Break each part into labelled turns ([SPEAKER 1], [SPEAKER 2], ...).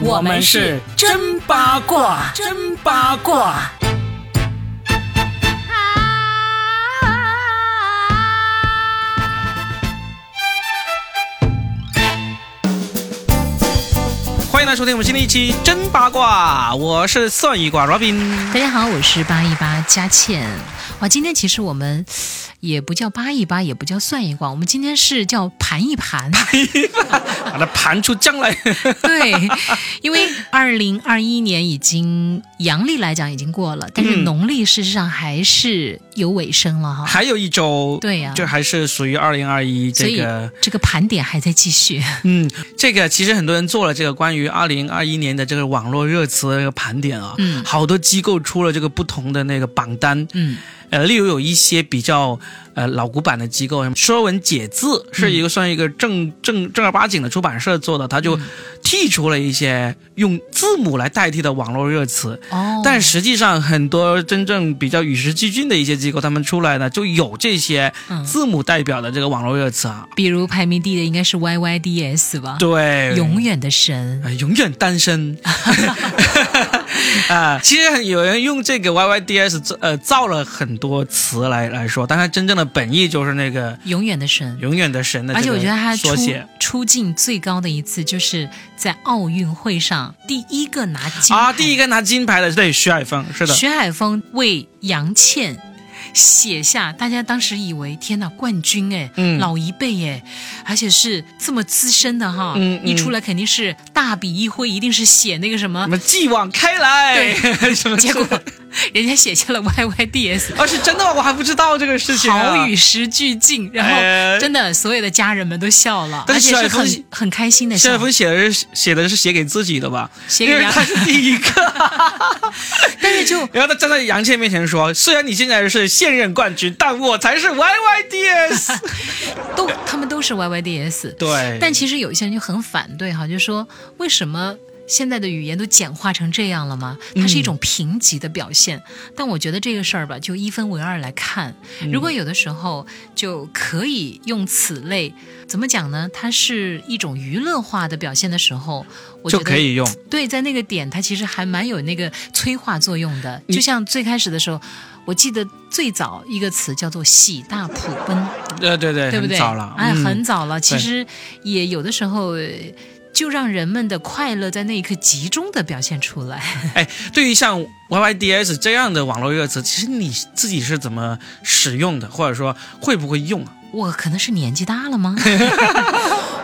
[SPEAKER 1] 我们是真八卦，真八卦。
[SPEAKER 2] 欢迎来收听我们新的一期《真八卦》，我是算一卦 Robin。
[SPEAKER 3] 大家好，我是八一八佳倩。哇，今天其实我们也不叫八一八，也不叫算一卦，我们今天是叫盘一盘。
[SPEAKER 2] 把它盘出 将来，
[SPEAKER 3] 对， 因为二零二一年已经阳历来讲已经过了，但是
[SPEAKER 2] 嗯
[SPEAKER 3] 农历事实上还是有尾声了哈。
[SPEAKER 2] 还有一周，
[SPEAKER 3] 对呀
[SPEAKER 2] 这还是属于二零二一
[SPEAKER 3] 所
[SPEAKER 2] 这
[SPEAKER 3] 以
[SPEAKER 2] 个，
[SPEAKER 3] 这个盘点还在继续，
[SPEAKER 2] 嗯，这个其实很多人做了这个关于二零二一年的这个网络热词的这个盘点啊，
[SPEAKER 3] 嗯
[SPEAKER 2] 好多机构出了这个不同的那个榜单，
[SPEAKER 3] 嗯，
[SPEAKER 2] 呃，例如有一些比较呃老古板的机构，什么《说文解字》是
[SPEAKER 3] 嗯
[SPEAKER 2] 一个算一个正正正儿八经的出版社做的，它
[SPEAKER 3] 嗯
[SPEAKER 2] 就剔除了一些用字母来代替的网络热词。
[SPEAKER 3] 哦，
[SPEAKER 2] 但实际上，很多真正比较与时俱进的一些机构，他们出来呢就有这些
[SPEAKER 3] 嗯
[SPEAKER 2] 字母代表的这个网络热词啊。
[SPEAKER 3] 比如排名第一的应该是 YYDS 吧，
[SPEAKER 2] 对，
[SPEAKER 3] 啊永远的神，
[SPEAKER 2] 啊，永远单 身。啊，其实有人用这个 YYDS 造呃造了很多词来来说，但它真正的本意就是那个
[SPEAKER 3] 永远的神。
[SPEAKER 2] 永远的神的，
[SPEAKER 3] 而且我觉得他出
[SPEAKER 2] 缩写
[SPEAKER 3] 出镜最高的一次，就是在奥运会上第一个拿金
[SPEAKER 2] 啊，
[SPEAKER 3] 牌
[SPEAKER 2] 第一个拿金牌的对徐海峰，是的，
[SPEAKER 3] 徐海峰为杨倩写下，大家当时以为天呐，冠军哎，
[SPEAKER 2] 嗯
[SPEAKER 3] 老一辈哎，而且是这么资深的哈，
[SPEAKER 2] 嗯嗯
[SPEAKER 3] 一出来肯定是大笔一挥，一定是写那个什
[SPEAKER 2] 什
[SPEAKER 3] 么，
[SPEAKER 2] 么继往开来， 什么
[SPEAKER 3] 结果 人家写下了 YYDS。
[SPEAKER 2] 而是真的吗？我还不知道这个事情、啊。
[SPEAKER 3] 好与时俱进，然
[SPEAKER 2] 哎
[SPEAKER 3] 后真的所有的家人们都笑了，
[SPEAKER 2] 但
[SPEAKER 3] 而
[SPEAKER 2] 是
[SPEAKER 3] 且
[SPEAKER 2] 徐海
[SPEAKER 3] 是
[SPEAKER 2] 峰
[SPEAKER 3] 很很开心的
[SPEAKER 2] 谢
[SPEAKER 3] 笑
[SPEAKER 2] 霆。锋写的是写的是写给自己的吧，
[SPEAKER 3] 写
[SPEAKER 2] 因
[SPEAKER 3] 给
[SPEAKER 2] 为
[SPEAKER 3] 杨
[SPEAKER 2] 他是第一个，
[SPEAKER 3] 但是就
[SPEAKER 2] 然后他站在杨倩面前说：“虽然你现在是现任冠军，但我才是 YYDS。
[SPEAKER 3] 都他们都是 YYDS，”
[SPEAKER 2] 对，
[SPEAKER 3] 但其实有一些人就很反对哈，就说为什么现在的语言都简化成这样了吗？
[SPEAKER 2] 嗯
[SPEAKER 3] 它是一种评级的表现。但我觉得这个事儿吧，就一分为二来看。
[SPEAKER 2] 嗯
[SPEAKER 3] 如果有的时候就可以用此类，怎么讲呢？它是一种娱乐化的表现的时候，我觉
[SPEAKER 2] 就
[SPEAKER 3] 得
[SPEAKER 2] 可以用。
[SPEAKER 3] 对，在那个点，它其实还蛮有那个催化作用的。
[SPEAKER 2] 嗯
[SPEAKER 3] 就像最开始的时候，我记得最早一个词叫做“喜大普奔”。
[SPEAKER 2] 呃，对对，
[SPEAKER 3] 对不
[SPEAKER 2] 很
[SPEAKER 3] 对？
[SPEAKER 2] 早了，
[SPEAKER 3] 哎，
[SPEAKER 2] 嗯
[SPEAKER 3] 很早了。其
[SPEAKER 2] 对
[SPEAKER 3] 实也有的时候。呃就让人们的快乐在那一刻集中的表现出来。
[SPEAKER 2] 哎，对于像 YYDS 这样的网络热词，其实你自己是怎么使用的，或者说会不会用啊？
[SPEAKER 3] 我可能是年纪大 了吗？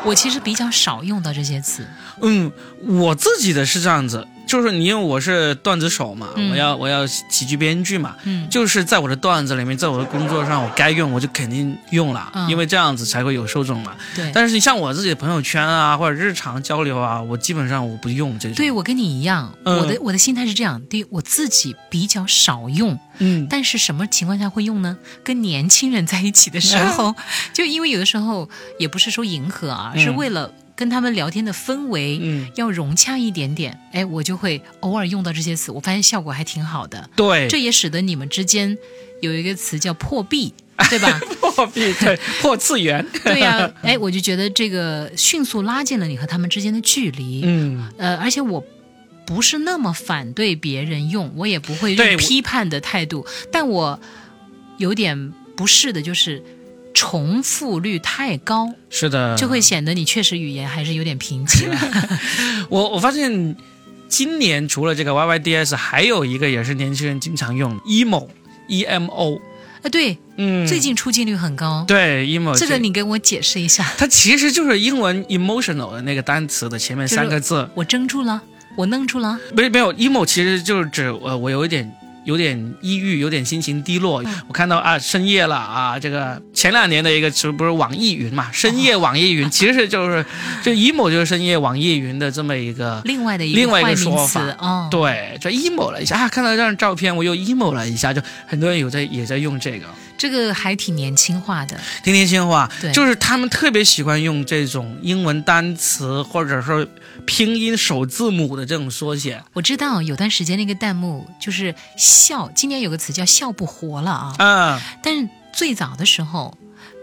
[SPEAKER 3] 我其实比较少用到这些词。
[SPEAKER 2] 嗯，我自己的是这样子，就是你因为我是段子手嘛，
[SPEAKER 3] 嗯
[SPEAKER 2] 我要我要喜剧编剧嘛，
[SPEAKER 3] 嗯
[SPEAKER 2] 就是在我的段子里面，在我的工作上，我该用我就肯定用了，
[SPEAKER 3] 嗯
[SPEAKER 2] 因为这样子才会有受众嘛。
[SPEAKER 3] 对，
[SPEAKER 2] 但是你像我自己的朋友圈啊，或者日常交流啊，我基本上我不用这种。
[SPEAKER 3] 对，我跟你一样，
[SPEAKER 2] 嗯
[SPEAKER 3] 我的我的心态是这样：第一，我自己比较少用，
[SPEAKER 2] 嗯，
[SPEAKER 3] 但是什么情况下会用呢？跟年轻人在一起的时 候，就因为有的时候也不是说迎合啊，是
[SPEAKER 2] 嗯
[SPEAKER 3] 为了跟他们聊天的氛围，
[SPEAKER 2] 嗯
[SPEAKER 3] 要融洽一点点，哎，我就会偶尔用到这些词，我发现效果还挺好的。
[SPEAKER 2] 对，
[SPEAKER 3] 这也使得你们之间有一个词叫破壁，对吧？
[SPEAKER 2] 破壁 对破次元，
[SPEAKER 3] 对呀、哎，我就觉得这个迅速拉近了你和他们之间的距离。
[SPEAKER 2] 嗯。
[SPEAKER 3] 呃，而且我不是那么反对别人用，我也不会
[SPEAKER 2] 对
[SPEAKER 3] 用批判的态度，但我有点不适的就是重复率太高，
[SPEAKER 2] 是的，
[SPEAKER 3] 就会显得你确实语言还是有点贫 瘠了。
[SPEAKER 2] 我我发现今年除了这个 YYDS，还有一个也是年轻人经常用的，E emo emo，
[SPEAKER 3] 啊，对，
[SPEAKER 2] 嗯，
[SPEAKER 3] 最近出镜率很高。
[SPEAKER 2] 对 emo
[SPEAKER 3] 这个你给我解释一下。
[SPEAKER 2] 它其实就是英文 emotional 的那个单词的前面三个字，
[SPEAKER 3] 我怔住了，我愣住了，
[SPEAKER 2] 没没有 emo 其实就是指呃我有一点。有点抑郁，有点心情低落。我看到啊，深夜了啊，这个前两年的一个词不是网易云嘛？深夜网易云其实是就是就 emo 就是深夜网易云的这么一个
[SPEAKER 3] 另外的一
[SPEAKER 2] 另外一个
[SPEAKER 3] 坏名
[SPEAKER 2] 说
[SPEAKER 3] 词
[SPEAKER 2] 法
[SPEAKER 3] 哦。
[SPEAKER 2] 对，就 emo 了一下啊，看到这张照片我又 emo 了一下，就很多人有在也在用这个，
[SPEAKER 3] 这个还挺年轻化的，
[SPEAKER 2] 听天心话，
[SPEAKER 3] 对
[SPEAKER 2] 就是他们特别喜欢用这种英文单词或者说拼音首字母的这种缩写
[SPEAKER 3] 我知道有段时间那个弹幕就是“笑”，今年有个词叫“笑不活了”啊。
[SPEAKER 2] 啊，
[SPEAKER 3] 但是最早的时候，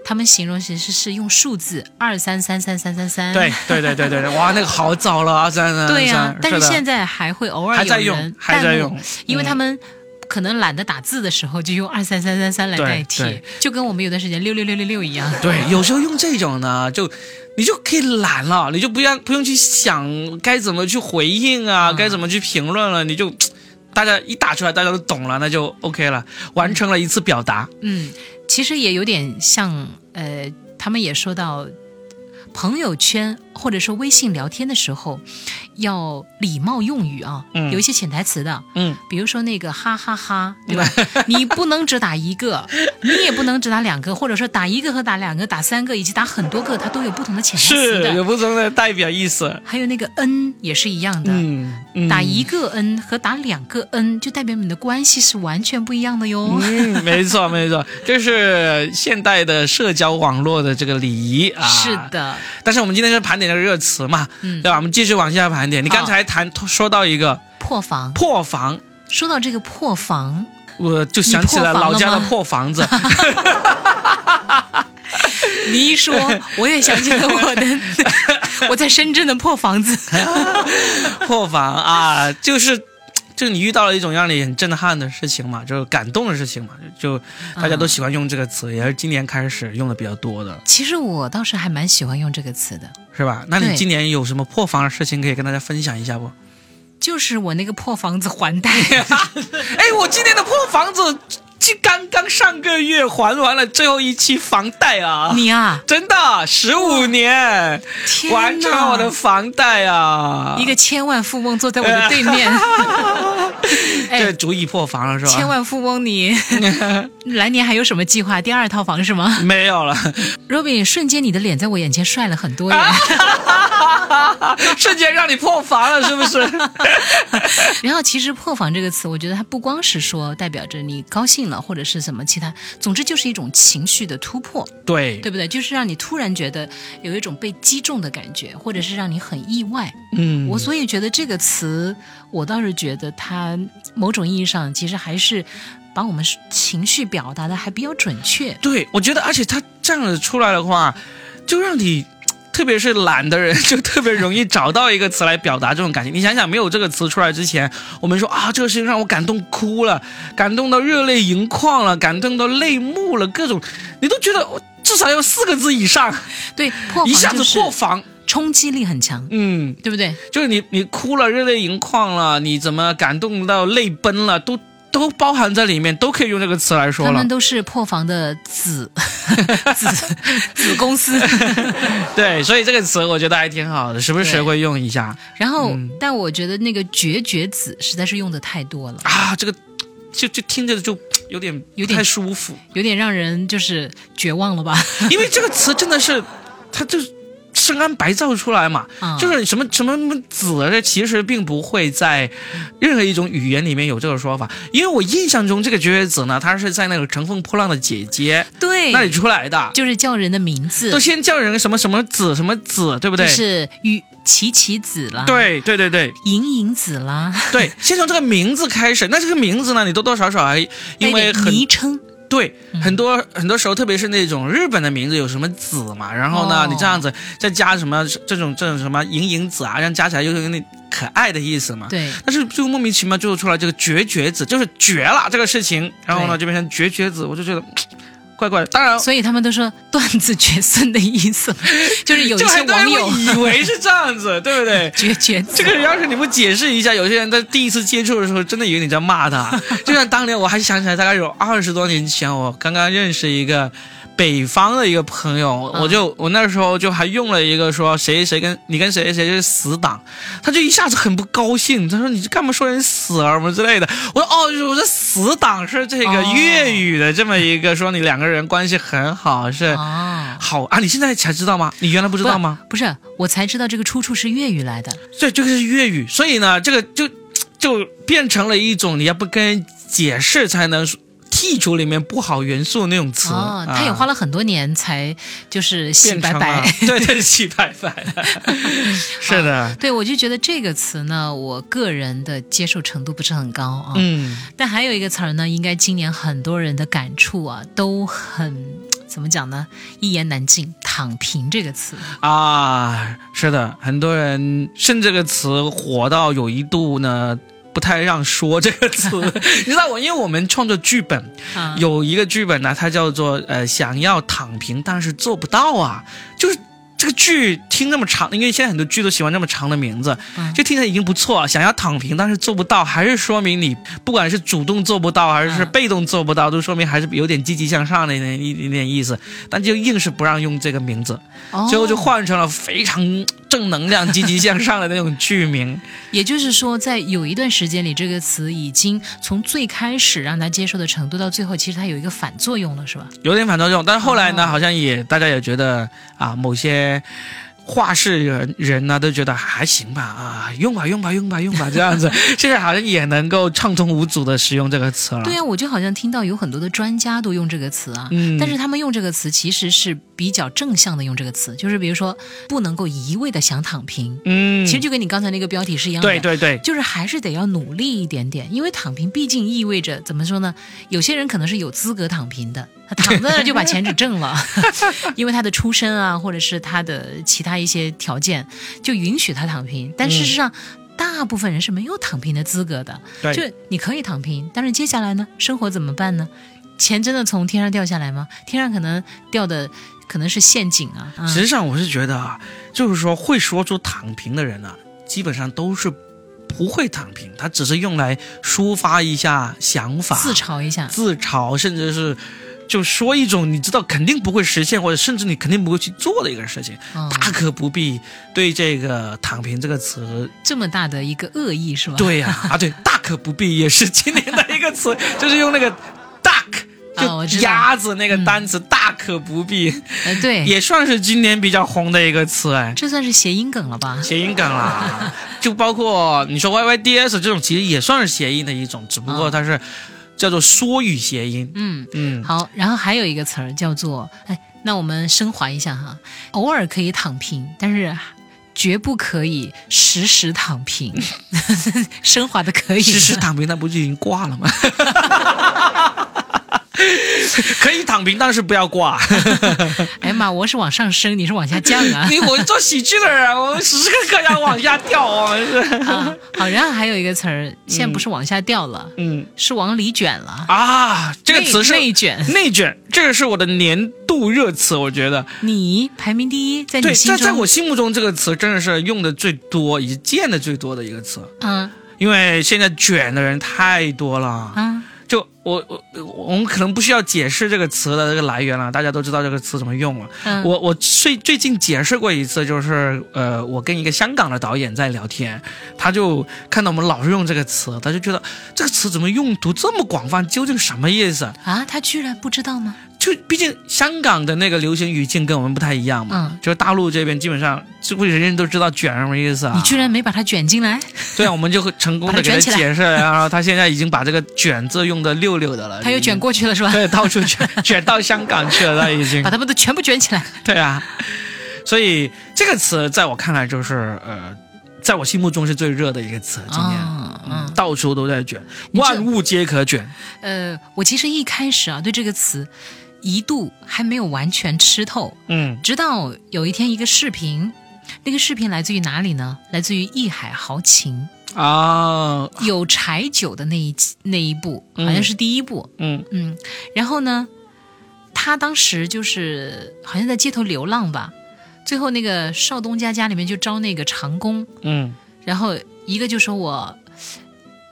[SPEAKER 3] 他们形容其实是用数字二三三三三三三，
[SPEAKER 2] 对对对对对对，哇，那个好早了啊，三三
[SPEAKER 3] 对呀、
[SPEAKER 2] 三
[SPEAKER 3] 但
[SPEAKER 2] 是
[SPEAKER 3] 是
[SPEAKER 2] 的
[SPEAKER 3] 现在还会偶尔
[SPEAKER 2] 还在
[SPEAKER 3] 有人
[SPEAKER 2] 用还在
[SPEAKER 3] 弹幕
[SPEAKER 2] 用嗯
[SPEAKER 3] 因为他们。可能懒得打字的时候，就用二三三三三来
[SPEAKER 2] 对
[SPEAKER 3] 代替
[SPEAKER 2] 对，
[SPEAKER 3] 就跟我们有段时间六六六六六一样。
[SPEAKER 2] 对，有时候用这种呢，就你就可以懒了，你就不要不用去想该怎么去回应啊，该怎么去评论了，你就大家一打出来，大家都懂了，那就 OK 了，完成了一次表达。
[SPEAKER 3] 嗯，其实也有点像，呃，他们也说到，朋友圈或者说微信聊天的时候，要礼貌用语啊，
[SPEAKER 2] 嗯
[SPEAKER 3] 有一些潜台词的，
[SPEAKER 2] 嗯，
[SPEAKER 3] 比如说那个哈哈哈 对吧？你不能只打一个，你也不能只打两个，或者说打一个和打两个、打三个以及打很多个，它都有不同的潜台词
[SPEAKER 2] 是有
[SPEAKER 3] 的。
[SPEAKER 2] 不同的代表意思。
[SPEAKER 3] 还有那个 n 也是一样的。
[SPEAKER 2] 嗯，嗯
[SPEAKER 3] 打一个 n 和打两个 n 就代表你的关系是完全不一样的哟。
[SPEAKER 2] 嗯，没错没错，这是现代的社交网络的这个礼仪啊。
[SPEAKER 3] 是。的，
[SPEAKER 2] 但是我们今天是盘点这个热词嘛，
[SPEAKER 3] 嗯
[SPEAKER 2] 对吧？我们继续往下盘点。你刚
[SPEAKER 3] 好
[SPEAKER 2] 才谈说到一个
[SPEAKER 3] 破防。
[SPEAKER 2] 破防，
[SPEAKER 3] 说到这个破防，
[SPEAKER 2] 我就想起了老家的
[SPEAKER 3] 你
[SPEAKER 2] 破房子。
[SPEAKER 3] 你一说，我也想起了我的 我在深圳的破房子。
[SPEAKER 2] 破防啊，就是。就你遇到了一种让你很震撼的事情嘛，就是感动的事情嘛，就大家都喜欢用这个词，也是今年开始用的比较多的，
[SPEAKER 3] 其实我倒是还蛮喜欢用这个词的，
[SPEAKER 2] 是吧？那你
[SPEAKER 3] 对
[SPEAKER 2] 今年有什么破防的事情可以跟大家分享一下不？
[SPEAKER 3] 就是我那个破房子还贷，啊
[SPEAKER 2] 哎，我今年的破房子，就刚刚上个月还完了最后一期房贷啊，
[SPEAKER 3] 你啊，
[SPEAKER 2] 真的十五年
[SPEAKER 3] 天哪
[SPEAKER 2] 完成了我的房贷啊，
[SPEAKER 3] 一个千万富翁坐在我的对面，
[SPEAKER 2] 这
[SPEAKER 3] 哎，
[SPEAKER 2] 足以破防了是吧？
[SPEAKER 3] 千万富翁你，来年还有什么计划？第二套房是吗
[SPEAKER 2] 没有 了。
[SPEAKER 3] ？Robin，瞬间你的脸在我眼前帅了很多耶。
[SPEAKER 2] 瞬间让你破防了，是不 是？
[SPEAKER 3] 然后其实“破防”这个词，我觉得它不光是说代表着你高兴了，或者是什么其他，总之就是一种情绪的突破。
[SPEAKER 2] 对，
[SPEAKER 3] 对不对？就是让你突然觉得有一种被击中的感觉，或者是让你很意外。
[SPEAKER 2] 嗯，
[SPEAKER 3] 我所以觉得这个词，我倒是觉得它某种意义上其实还是把我们情绪表达的还比较准确。
[SPEAKER 2] 对，我觉得，而且他这样子出来的话，就让你。特别是懒的人，就特别容易找到一个词来表达这种感情。你想想，没有这个词出来之前，我们说啊，这个事情让我感动哭了，感动到热泪盈眶了，感动到泪目了，各种，你都觉得我至少要四个字以上，
[SPEAKER 3] 对，破
[SPEAKER 2] 一下
[SPEAKER 3] 防
[SPEAKER 2] 子
[SPEAKER 3] 哦就是
[SPEAKER 2] 破防。
[SPEAKER 3] 冲击力很强，
[SPEAKER 2] 嗯，
[SPEAKER 3] 对不对？
[SPEAKER 2] 就是你你哭了，热泪盈眶了，你怎么感动到泪奔了，都都包含在里面，都可以用这个词来说
[SPEAKER 3] 他
[SPEAKER 2] 了
[SPEAKER 3] 们。都是破防的子 子子公司。
[SPEAKER 2] 对，所以这个词我觉得还挺好的，时不时
[SPEAKER 3] 对
[SPEAKER 2] 会用一下
[SPEAKER 3] 然后，
[SPEAKER 2] 嗯
[SPEAKER 3] 但我觉得那个绝绝子实在是用的太多了。
[SPEAKER 2] 啊。这个就就听着就有点
[SPEAKER 3] 有点
[SPEAKER 2] 不太舒服，
[SPEAKER 3] 有点让人就是绝望了吧？
[SPEAKER 2] 因为这个词真的是，它就是深谙白造出来嘛，
[SPEAKER 3] 啊
[SPEAKER 2] 就是什么什么什么子，这其实并不会在任何一种语言里面有这个说法。因为我印象中这个绝绝子呢，它是在那个《乘风破浪的姐姐》
[SPEAKER 3] 对，
[SPEAKER 2] 那里出来的，
[SPEAKER 3] 就是叫人的名字，
[SPEAKER 2] 都先叫人什么什么子什么子，对不对？
[SPEAKER 3] 就是与琪琪子啦，，
[SPEAKER 2] 对对对 对
[SPEAKER 3] 莹莹子啦，
[SPEAKER 2] 对，先从这个名字开始。那这个名字呢，你多多少少还 因为
[SPEAKER 3] 那个
[SPEAKER 2] 很
[SPEAKER 3] 昵称，
[SPEAKER 2] 对
[SPEAKER 3] 嗯
[SPEAKER 2] 很多很多时候，特别是那种日本的名字有什么子嘛，然后呢，
[SPEAKER 3] 哦
[SPEAKER 2] 你这样子再加什么这种这种什么莹莹子啊，这样加起来又有点可爱的意思嘛。
[SPEAKER 3] 对
[SPEAKER 2] 但是就莫名其妙就出来这个绝绝子，就是绝了这个事情，然后呢
[SPEAKER 3] 对
[SPEAKER 2] 就变成绝绝子，我就觉得怪怪的。当然，
[SPEAKER 3] 所以他们都说断子绝孙的意思 嘛，就是有一
[SPEAKER 2] 就
[SPEAKER 3] 些
[SPEAKER 2] 很多人
[SPEAKER 3] 网
[SPEAKER 2] 会
[SPEAKER 3] 友
[SPEAKER 2] 以为是这样子，对不对？
[SPEAKER 3] 绝绝子
[SPEAKER 2] 这个要是你不解释一下，有些人在第一次接触的时候，真的以为你在骂 他。就像当年，我还想起来，大概有二十多年前，我刚刚认识一个北方的一个朋友，
[SPEAKER 3] 嗯
[SPEAKER 2] 我就我那时候就还用了一个说谁谁跟你跟谁谁是死党，他就一下子很不高兴，他说你干嘛说人死啊什么之类的。我说哦，我说死党是这个
[SPEAKER 3] 哦
[SPEAKER 2] 粤语的这么一个说你两个人关系很好是
[SPEAKER 3] 啊，
[SPEAKER 2] 好啊，你现在才知道吗？你原来不知道吗？
[SPEAKER 3] 不是，我才知道这个出处是粤语来的，
[SPEAKER 2] 对，这个是粤语，所以呢，这个就就变成了一种你要不跟人解释才能剔除里面不好元素的那种词。
[SPEAKER 3] 哦，他也
[SPEAKER 2] 了。
[SPEAKER 3] 花了很多年才就是洗
[SPEAKER 2] 啊变
[SPEAKER 3] 白
[SPEAKER 2] 成
[SPEAKER 3] 白
[SPEAKER 2] 了， 对对，洗白白， 是的，
[SPEAKER 3] 对我就觉得这个词呢，我个人的接受程度不是很高啊，
[SPEAKER 2] 嗯，
[SPEAKER 3] 但还有一个词儿呢，应该今年很多人的感触啊都很怎么讲呢？一言难尽，“躺平”这个词，
[SPEAKER 2] 啊，是的，很多人“肾”这个词火到有一度呢，不太让说这个 词。你知道我，因为我们创作剧本
[SPEAKER 3] 啊、
[SPEAKER 2] 有一个剧本呢，它叫做呃，想要躺平，但是做不到啊，就是。这个剧听这么长，因为现在很多剧都喜欢这么长的名字，
[SPEAKER 3] 嗯
[SPEAKER 2] 就听着已经不错啊了。想要躺平，但是做不到，还是说明你不管是主动做不到，还是
[SPEAKER 3] 嗯
[SPEAKER 2] 被动做不到，都说明还是有点积极向上的一点一点点意思。但就硬是不让用这个名字，
[SPEAKER 3] 哦
[SPEAKER 2] 最后就换成了非常正能量、积极向上的那种剧名。
[SPEAKER 3] 也就是说，在有一段时间里，这个词已经从最开始让他接受的程度，到最后其实它有一个反作用了，是吧？
[SPEAKER 2] 有点反作用。但是后来呢，
[SPEAKER 3] 哦
[SPEAKER 2] 好像也大家也觉得啊，某些画室人人呢都觉得还行吧，啊，用吧用吧用吧用吧这 样子，现在好像也能够畅通无阻的使用这个词了。
[SPEAKER 3] 对啊，我就好像听到有很多的专家都用这个词啊，
[SPEAKER 2] 嗯嗯
[SPEAKER 3] 但是他们用这个词其实是比较正向的用这个词，就是比如说不能够一味的想躺平，
[SPEAKER 2] 嗯，
[SPEAKER 3] 其实就跟你刚才那个标题是一样的。
[SPEAKER 2] 对对对，
[SPEAKER 3] 就是还是得要努力一点点，因为躺平毕竟意味着怎么说呢？有些人可能是有资格躺平的，他躺在那儿就把钱只挣了， 因为他的出身啊，或者是他的其他一些条件就允许他躺平，但事实上。大部分人是没有躺平的资格的，
[SPEAKER 2] 对
[SPEAKER 3] 就你可以躺平，但是接下来呢，生活怎么办呢？钱真的从天上掉下来吗？天上可能掉的可能是陷阱啊，啊
[SPEAKER 2] 实际上我是觉得啊，就是说会说出躺平的人呢、基本上都是不会躺平，他只是用来抒发一下想法、
[SPEAKER 3] 自嘲一下，
[SPEAKER 2] 自嘲，甚至是就说一种你知道肯定不会实现，或者甚至你肯定不会去做的一个事情，
[SPEAKER 3] 嗯
[SPEAKER 2] 大可不必对这个“躺平”这个词，
[SPEAKER 3] 这么大的一个恶意是吧？
[SPEAKER 2] 对呀、 啊，对，大可不必也是今年的一个词， 就是用那个 “duck”。
[SPEAKER 3] 啊我
[SPEAKER 2] 就
[SPEAKER 3] 知道嗯
[SPEAKER 2] 鸭子那个单词，大可不必，
[SPEAKER 3] 呃，对，
[SPEAKER 2] 也算是今年比较红的一个词哎。
[SPEAKER 3] 这算是谐音梗了吧？
[SPEAKER 2] 谐音梗 啦，就包括你说 Y Y D S 这种，其实也算是谐音的一种，只不过它是叫做缩语谐音。
[SPEAKER 3] 嗯，
[SPEAKER 2] 嗯，
[SPEAKER 3] 好，然后还有一个词儿叫做，哎，那我们升华一下哈，偶尔可以躺平，但是绝不可以时时躺平， 升华的可以，
[SPEAKER 2] 其实躺平，那不就已经挂了吗？ 可以躺平，但是不要挂。
[SPEAKER 3] 哎呀妈，我是往上升，你是往下降 啊。
[SPEAKER 2] 你我做喜剧的人，啊我时时刻刻要往下掉啊！是
[SPEAKER 3] 啊，好，然后还有一个词儿，现在不是往下掉了，
[SPEAKER 2] 嗯
[SPEAKER 3] 是往里卷了。
[SPEAKER 2] 啊，这个词是
[SPEAKER 3] 内内卷，
[SPEAKER 2] 内卷，这个是我的年度热词，我觉得。
[SPEAKER 3] 你排名第一，在你
[SPEAKER 2] 对，
[SPEAKER 3] 心
[SPEAKER 2] 在在
[SPEAKER 3] 中，
[SPEAKER 2] 我哎心目中，这个词真的是用的最多，以及见的最多的一个词。
[SPEAKER 3] 嗯
[SPEAKER 2] 因为现在卷的人太多了，
[SPEAKER 3] 啊，
[SPEAKER 2] 就我我我们可能不需要解释这个词的这个来源了，大家都知道这个词怎么用了。
[SPEAKER 3] 嗯
[SPEAKER 2] 我我最最近解释过一次，就是呃，我跟一个香港的导演在聊天，他就看到我们老是用这个词，他就觉得这个词怎么用途这么广泛，究竟什么意思？
[SPEAKER 3] 啊，他居然不知道吗？
[SPEAKER 2] 就毕竟香港的那个流行语境跟我们不太一样嘛，
[SPEAKER 3] 嗯
[SPEAKER 2] 就是大陆这边基本上就会人人都知道卷什么意思啊。
[SPEAKER 3] 你居然没把他卷进来，
[SPEAKER 2] 对啊，我们就会成 功的给他解释，然后他现在已经把这个“卷”字用的溜溜的了，
[SPEAKER 3] 他又卷过去了是吧？
[SPEAKER 2] 呃对，到处 卷，卷到香港去了，他已经
[SPEAKER 3] 把，他们都全部卷起来。
[SPEAKER 2] 对啊，所以这个词在我看来就是呃，在我心目中是最热的一个词，今年、
[SPEAKER 3] 啊嗯
[SPEAKER 2] 到处都在卷，
[SPEAKER 3] 你这
[SPEAKER 2] 万物皆可卷，
[SPEAKER 3] 呃，我其实一开始啊对这个词一度还没有完全吃透，
[SPEAKER 2] 嗯
[SPEAKER 3] 直到有一天一个视频，那个视频来自于哪里呢？来自于《艺海豪情
[SPEAKER 2] 啊，》
[SPEAKER 3] 有柴酒的那一集那一部，好
[SPEAKER 2] 嗯
[SPEAKER 3] 像是第一部。
[SPEAKER 2] 嗯
[SPEAKER 3] 嗯，然后呢，他当时就是好像在街头流浪吧，最后那个少东家家里面就招那个长工，
[SPEAKER 2] 嗯
[SPEAKER 3] 然后一个就说我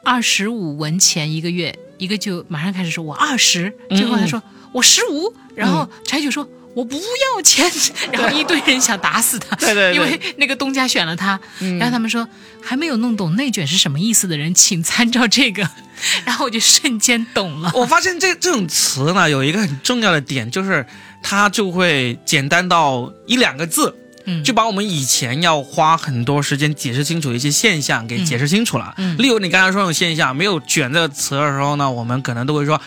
[SPEAKER 3] 二十五文钱一个月，一个就马上开始说我二十，
[SPEAKER 2] 嗯
[SPEAKER 3] 最后他说我十五，然后柴九说。我不要钱， 然后一堆人想打死他，
[SPEAKER 2] 对对 嗯对
[SPEAKER 3] 因为那个东家选了他，然后他们说还没有弄懂内卷是什么意思的人，请参照这 个，然后我就瞬间懂了，
[SPEAKER 2] 我发现这这种词呢，有一个很重要的点，就是它就会简单到一两个字，
[SPEAKER 3] 嗯
[SPEAKER 2] 就把我们以前要花很多时间解释清楚一些现象给解释清楚了。
[SPEAKER 3] 嗯
[SPEAKER 2] 例如你刚才说那种现象，没有“卷”这个词的时候呢，我们可能都会说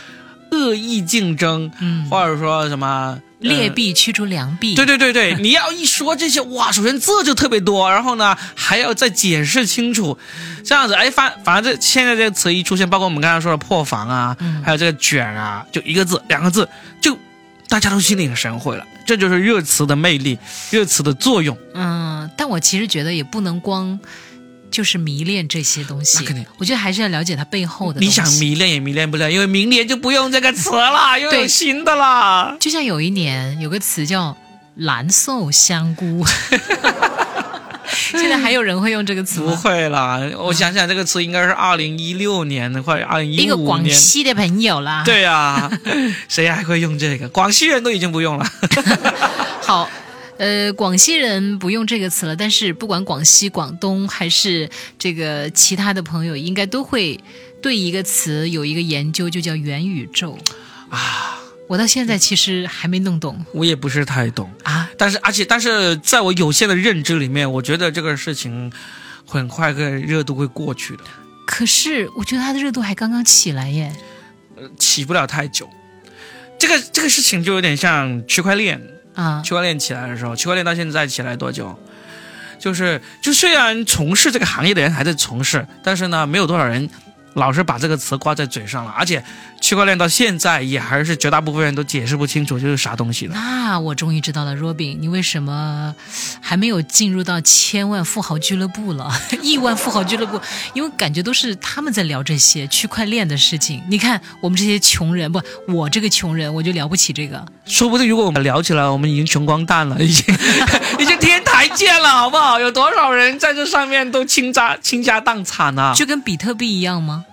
[SPEAKER 2] 恶意竞争，
[SPEAKER 3] 嗯，
[SPEAKER 2] 或者说什么呃
[SPEAKER 3] 劣币驱逐良币，
[SPEAKER 2] 哦对对对对，你要一说这些，哇，首先字就特别多，然后呢还要再解释清楚，这样子，哎，反反正这现在这个
[SPEAKER 3] 嗯
[SPEAKER 2] 词一出现，包括我们刚才说的破防啊，还有这个卷啊，就一个字两个字，就大家都心领神会了。这就是热词的魅力，热词的作用。
[SPEAKER 3] 嗯，但我其实觉得也不能光就是迷恋这些东西，
[SPEAKER 2] 那肯定
[SPEAKER 3] 我觉得还是要了解它背后的。
[SPEAKER 2] 你想迷恋也迷恋不了，因为明年就不用这个词 了，又有
[SPEAKER 3] 对
[SPEAKER 2] 新的啦。
[SPEAKER 3] 就像有一年有个词叫“蓝瘦香菇”， 现在还有人会用这个词
[SPEAKER 2] 不
[SPEAKER 3] 吗？
[SPEAKER 2] 会啦，我想想这个词应该是二零一六年的，或者二零
[SPEAKER 3] 一
[SPEAKER 2] 一
[SPEAKER 3] 个
[SPEAKER 2] 五
[SPEAKER 3] 广
[SPEAKER 2] 年。
[SPEAKER 3] 西的朋友啦，，
[SPEAKER 2] 对呀、谁还会用这个？广西人都已经不用了。
[SPEAKER 3] 好。呃，广西人不用这个词了，但是不管广西、广东还是这个其他的朋友，应该都会对一个词有一个研究，就叫元宇宙
[SPEAKER 2] 啊。
[SPEAKER 3] 我到现在其实还没弄懂
[SPEAKER 2] 我也不是太懂，
[SPEAKER 3] 啊，
[SPEAKER 2] 但是而且但是在我有限的认知里面，我觉得这个事情很快个热度会过去的，
[SPEAKER 3] 可是我觉得它的热度还刚刚起来耶。
[SPEAKER 2] 呃起不了太久。这个这个事情就有点像区块链，
[SPEAKER 3] 啊，
[SPEAKER 2] 区块链起来的时候，区块链到现在起来多久？就是就虽然从事这个行业的人还在从事，但是呢，没有多少人老是把这个词挂在嘴上了。而且区块链到现在也还是绝大部分人都解释不清楚这是啥东西的。
[SPEAKER 3] 那我终于知道了，Robin，你为什么还没有进入到千万富豪俱乐部了？ 亿万富豪俱乐部，因为感觉都是他们在聊这些区块链的事情。你看我们这些穷人，不，我这个穷人我就聊不起这个。
[SPEAKER 2] 说不定如果我们聊起来，我们已经穷光蛋了，已经已经天台见了，好不好？有多少人在这上面都倾家倾家荡产啊？就
[SPEAKER 3] 就跟比特币一样吗？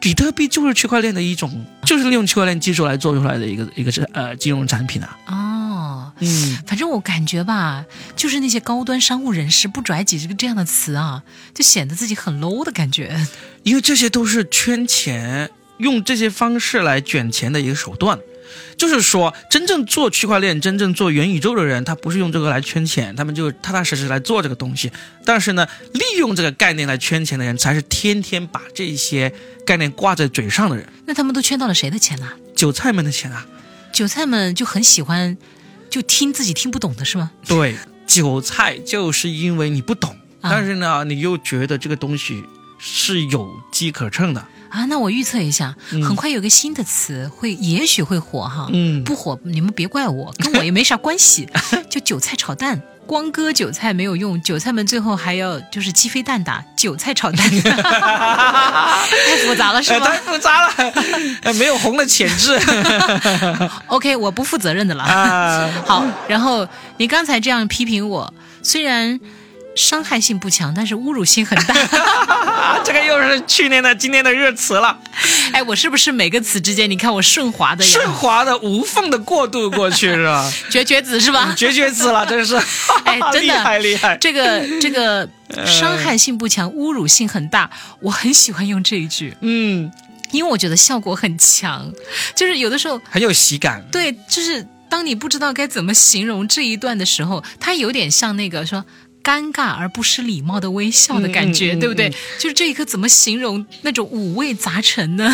[SPEAKER 2] 比特币就是区块链的一种，就是利用区块链技术来做出来的一个一个呃金融产品啊。
[SPEAKER 3] 哦，
[SPEAKER 2] 嗯，
[SPEAKER 3] 反正我感觉吧，就是那些高端商务人士不拽几这个这样的词啊，就显得自己很 low 的感觉。
[SPEAKER 2] 因为这些都是圈钱，用这些方式来卷钱的一个手段。就是说，真正做区块链、真正做元宇宙的人，他不是用这个来圈钱，他们就踏踏实实来做这个东西。但是呢，利用这个概念来圈钱的人，才是天天把这些概念挂在嘴上的人，
[SPEAKER 3] 那他们都圈到了谁的钱呢、
[SPEAKER 2] 韭菜们的钱啊！
[SPEAKER 3] 韭菜们就很喜欢，就听自己听不懂的是吗？
[SPEAKER 2] 对，韭菜就是因为你不懂，
[SPEAKER 3] 啊
[SPEAKER 2] 但是呢，你又觉得这个东西是有机可乘的。
[SPEAKER 3] 啊，那我预测一下，
[SPEAKER 2] 嗯
[SPEAKER 3] 很快有个新的词会，也许会火哈。
[SPEAKER 2] 嗯
[SPEAKER 3] 不火你们别怪我，跟我也没啥关 系。就韭菜炒蛋，光割韭菜没有用，韭菜们最后还要就是鸡飞蛋打，韭 菜炒蛋，太复杂了是
[SPEAKER 2] 呃，
[SPEAKER 3] 吗
[SPEAKER 2] 太复杂了，呃没有红的潜质
[SPEAKER 3] ？OK，我不负责任的了。
[SPEAKER 2] 啊。
[SPEAKER 3] 好，然后你刚才这样批评我，虽然伤害性不强，但是侮辱性很大。
[SPEAKER 2] 啊，这个又是去年的、今年的热词了，
[SPEAKER 3] 哎，我是不是每个词之间，你看我顺滑的呀？
[SPEAKER 2] 顺滑的、无缝的过渡过去是 吧？
[SPEAKER 3] 绝绝子是吧？
[SPEAKER 2] 绝绝子了，真是，
[SPEAKER 3] 哎真的
[SPEAKER 2] 厉害厉害。
[SPEAKER 3] 这个这个
[SPEAKER 2] 嗯
[SPEAKER 3] 伤害性不强，侮辱性很大，我很喜欢用这一句，
[SPEAKER 2] 嗯，
[SPEAKER 3] 因为我觉得效果很强。就是有的时候，
[SPEAKER 2] 很有喜感。
[SPEAKER 3] 对，就是当你不知道该怎么形容这一段的时候，它有点像那个说。尴尬而不失礼貌的微笑的感
[SPEAKER 2] 嗯
[SPEAKER 3] 觉，
[SPEAKER 2] 嗯嗯
[SPEAKER 3] 对不对？
[SPEAKER 2] 嗯
[SPEAKER 3] 就是这一刻怎么形容那种五味杂 陈呢？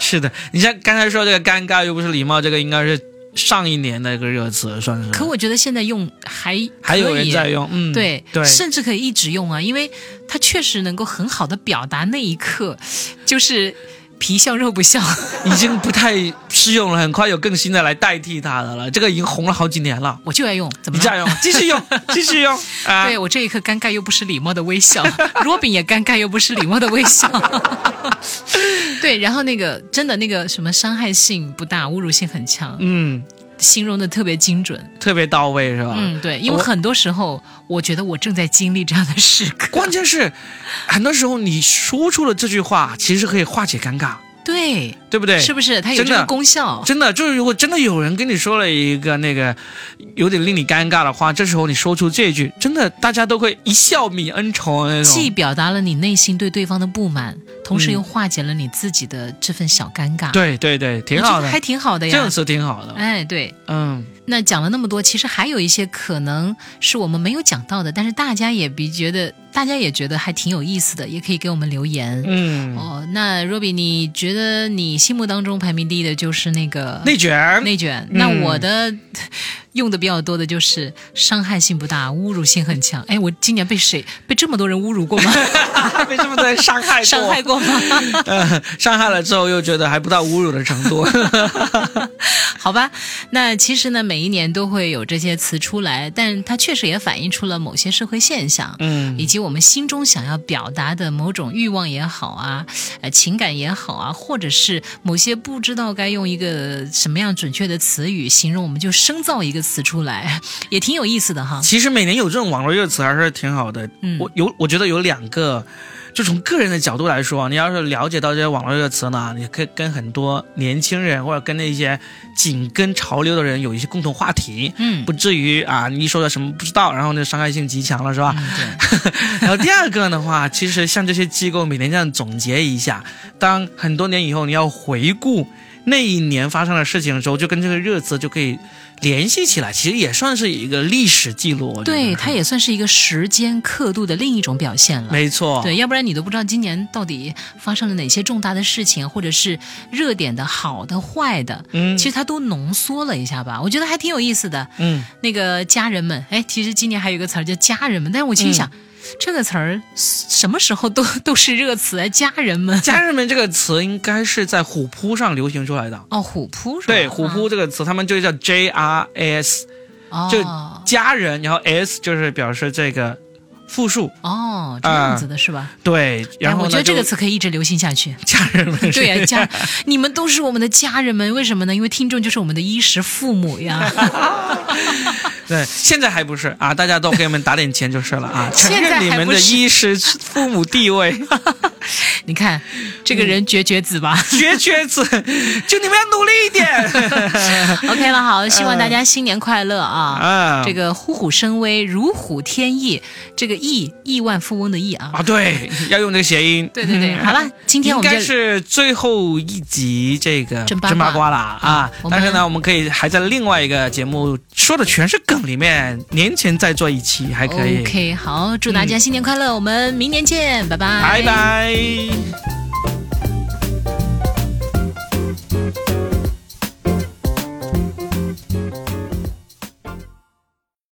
[SPEAKER 2] 是的，你像刚才说这个尴尬又不是礼貌，这个应该是上一年的一个热词，算是。
[SPEAKER 3] 可我觉得现在用还
[SPEAKER 2] 还有人在
[SPEAKER 3] 可以
[SPEAKER 2] 用，嗯，
[SPEAKER 3] 对
[SPEAKER 2] 对，
[SPEAKER 3] 甚至可以一直用啊，因为它确实能够很好的表达那一刻，就是皮笑肉不笑。
[SPEAKER 2] 已经不太适用了，很快有更新的来代替它的了。这个已经红了好几年了，
[SPEAKER 3] 我就要用，怎么
[SPEAKER 2] 你再
[SPEAKER 3] 了？
[SPEAKER 2] 用，继续 用，继续用啊！
[SPEAKER 3] 嗯对我这一刻尴尬又不失礼貌的微笑， 罗宾也尴尬又不失礼貌的微笑。 对，然后那个真的那个什么伤害性不大，侮辱性很强，
[SPEAKER 2] 嗯，
[SPEAKER 3] 形容的特别精准。
[SPEAKER 2] 特别到位是吧？
[SPEAKER 3] 嗯，对，因为
[SPEAKER 2] 我
[SPEAKER 3] 很多时候我觉得我正在经历这样的时刻。
[SPEAKER 2] 关键是，很多时候你说出了这句话，其实可以化解尴尬，
[SPEAKER 3] 对，
[SPEAKER 2] 对不对？
[SPEAKER 3] 是不是它有
[SPEAKER 2] 真
[SPEAKER 3] 这
[SPEAKER 2] 的
[SPEAKER 3] 个功效？
[SPEAKER 2] 真的，就是如果真的有人跟你说了一个那个有点令你尴尬的话，这时候你说出这句，真的大家都会一笑泯恩仇那
[SPEAKER 3] 既
[SPEAKER 2] 种。
[SPEAKER 3] 表达了你内心对对方的不满，同时
[SPEAKER 2] 嗯
[SPEAKER 3] 又化解了你自己的这份小尴尬，
[SPEAKER 2] 对对对，
[SPEAKER 3] 我
[SPEAKER 2] 挺
[SPEAKER 3] 觉得
[SPEAKER 2] 好的
[SPEAKER 3] 还，挺好的
[SPEAKER 2] 这
[SPEAKER 3] 呀
[SPEAKER 2] 种。词挺好的。
[SPEAKER 3] 哎，对，
[SPEAKER 2] 嗯，
[SPEAKER 3] 那讲了那么多，其实还有一些可能是我们没有讲到的，但是大家也比觉得，大家也觉得还挺有意思的，也可以给我们留言。
[SPEAKER 2] 嗯
[SPEAKER 3] 哦，那 Robbie，你觉得你心目当中排名第一的就是那个
[SPEAKER 2] 内卷儿
[SPEAKER 3] 内卷？
[SPEAKER 2] 嗯
[SPEAKER 3] 那我的用的比较多的就是伤害性不大，侮辱性很强。哎，我今年被谁被这么多人侮辱过 吗？
[SPEAKER 2] 被这么多人伤害过，
[SPEAKER 3] 伤害过吗？
[SPEAKER 2] 呃，伤害了之后又觉得还不到侮辱的程 度。
[SPEAKER 3] 好吧，那其实呢，每一年都会有这些词出来，但它确实也反映出了某些社会现象，
[SPEAKER 2] 嗯，
[SPEAKER 3] 以及我们心中想要表达的某种欲望也好啊，呃，情感也好啊，或者是某些不知道该用一个什么样准确的词语形容，我们就生造一个词出来， 也挺有意思的哈。
[SPEAKER 2] 其实每年有这种网络热词还是挺好的。
[SPEAKER 3] 嗯
[SPEAKER 2] 我有我觉得有两个，就从个人的角度来说，啊你要是了解到这些网络热词呢，你可以跟很多年轻人或者跟那些紧跟潮流的人有一些共同话题，
[SPEAKER 3] 嗯
[SPEAKER 2] 不至于啊你一说到什么不知道，然后那伤害性极强了，是吧？
[SPEAKER 3] 嗯，对。
[SPEAKER 2] 然后第二个的话，其实像这些机构每年这样总结一下，当很多年以后你要回顾那一年发生的事情的时候，就跟这个热词就可以联系起来，其实也算是一个历史记录。我觉得
[SPEAKER 3] 对，它也算是一个时间刻度的另一种表现了。
[SPEAKER 2] 没错，
[SPEAKER 3] 对，要不然你都不知道今年到底发生了哪些重大的事情，或者是热点的好的、坏的，
[SPEAKER 2] 嗯
[SPEAKER 3] 其实它都浓缩了一下吧，我觉得还挺有意思的。
[SPEAKER 2] 嗯，
[SPEAKER 3] 那个家人们，哎，其实今年还有一个词儿叫家人们，但是我心想，
[SPEAKER 2] 嗯
[SPEAKER 3] 这个词儿什么时候都 都是热词啊，家人们。
[SPEAKER 2] 家人们这个词应该是在虎扑上流行出来的。嗯
[SPEAKER 3] 哦，虎扑是吧？
[SPEAKER 2] 对，虎扑这个词，他们就叫 J R S，
[SPEAKER 3] 啊
[SPEAKER 2] 就
[SPEAKER 3] 哦
[SPEAKER 2] 家人，然后 S 就是表示这个复数。
[SPEAKER 3] 哦这样子的是吧？
[SPEAKER 2] 对，啊然
[SPEAKER 3] 哎
[SPEAKER 2] 后
[SPEAKER 3] 我
[SPEAKER 2] 呢，
[SPEAKER 3] 觉得这个
[SPEAKER 2] 就
[SPEAKER 3] 词可以一直流行 下去。
[SPEAKER 2] 家人们是
[SPEAKER 3] 对呀、家，你们都是我们的家人们，为什么呢？因为听众就是我们的衣食父母呀。
[SPEAKER 2] 对，现在还不是啊，大家都给我们打点钱就是了 啊，承
[SPEAKER 3] 现在
[SPEAKER 2] 认
[SPEAKER 3] 还
[SPEAKER 2] 你们
[SPEAKER 3] 不
[SPEAKER 2] 的
[SPEAKER 3] 是
[SPEAKER 2] 衣食父母地 位，
[SPEAKER 3] 你看，这个人绝绝子吧。
[SPEAKER 2] 绝绝子，就你们要努力一 点 啊
[SPEAKER 3] OK 了， 好，希望大家新年快乐嗯啊！
[SPEAKER 2] 啊，
[SPEAKER 3] 这个虎虎生威，如虎添翼，这个亿亿万富翁的亿啊。
[SPEAKER 2] 啊，对，要用这个谐音，嗯
[SPEAKER 3] 对对对，好了，今天我
[SPEAKER 2] 应
[SPEAKER 3] 们
[SPEAKER 2] 该
[SPEAKER 3] 就是
[SPEAKER 2] 最后一集这个
[SPEAKER 3] 真八卦
[SPEAKER 2] 八卦了啊
[SPEAKER 3] 我！们
[SPEAKER 2] 但是呢，我们可以还在另外一个节目说的全是梗里面，年前再做一期还可以。
[SPEAKER 3] OK，好，祝大家新年快乐，我们明年见，拜拜，
[SPEAKER 2] 拜拜。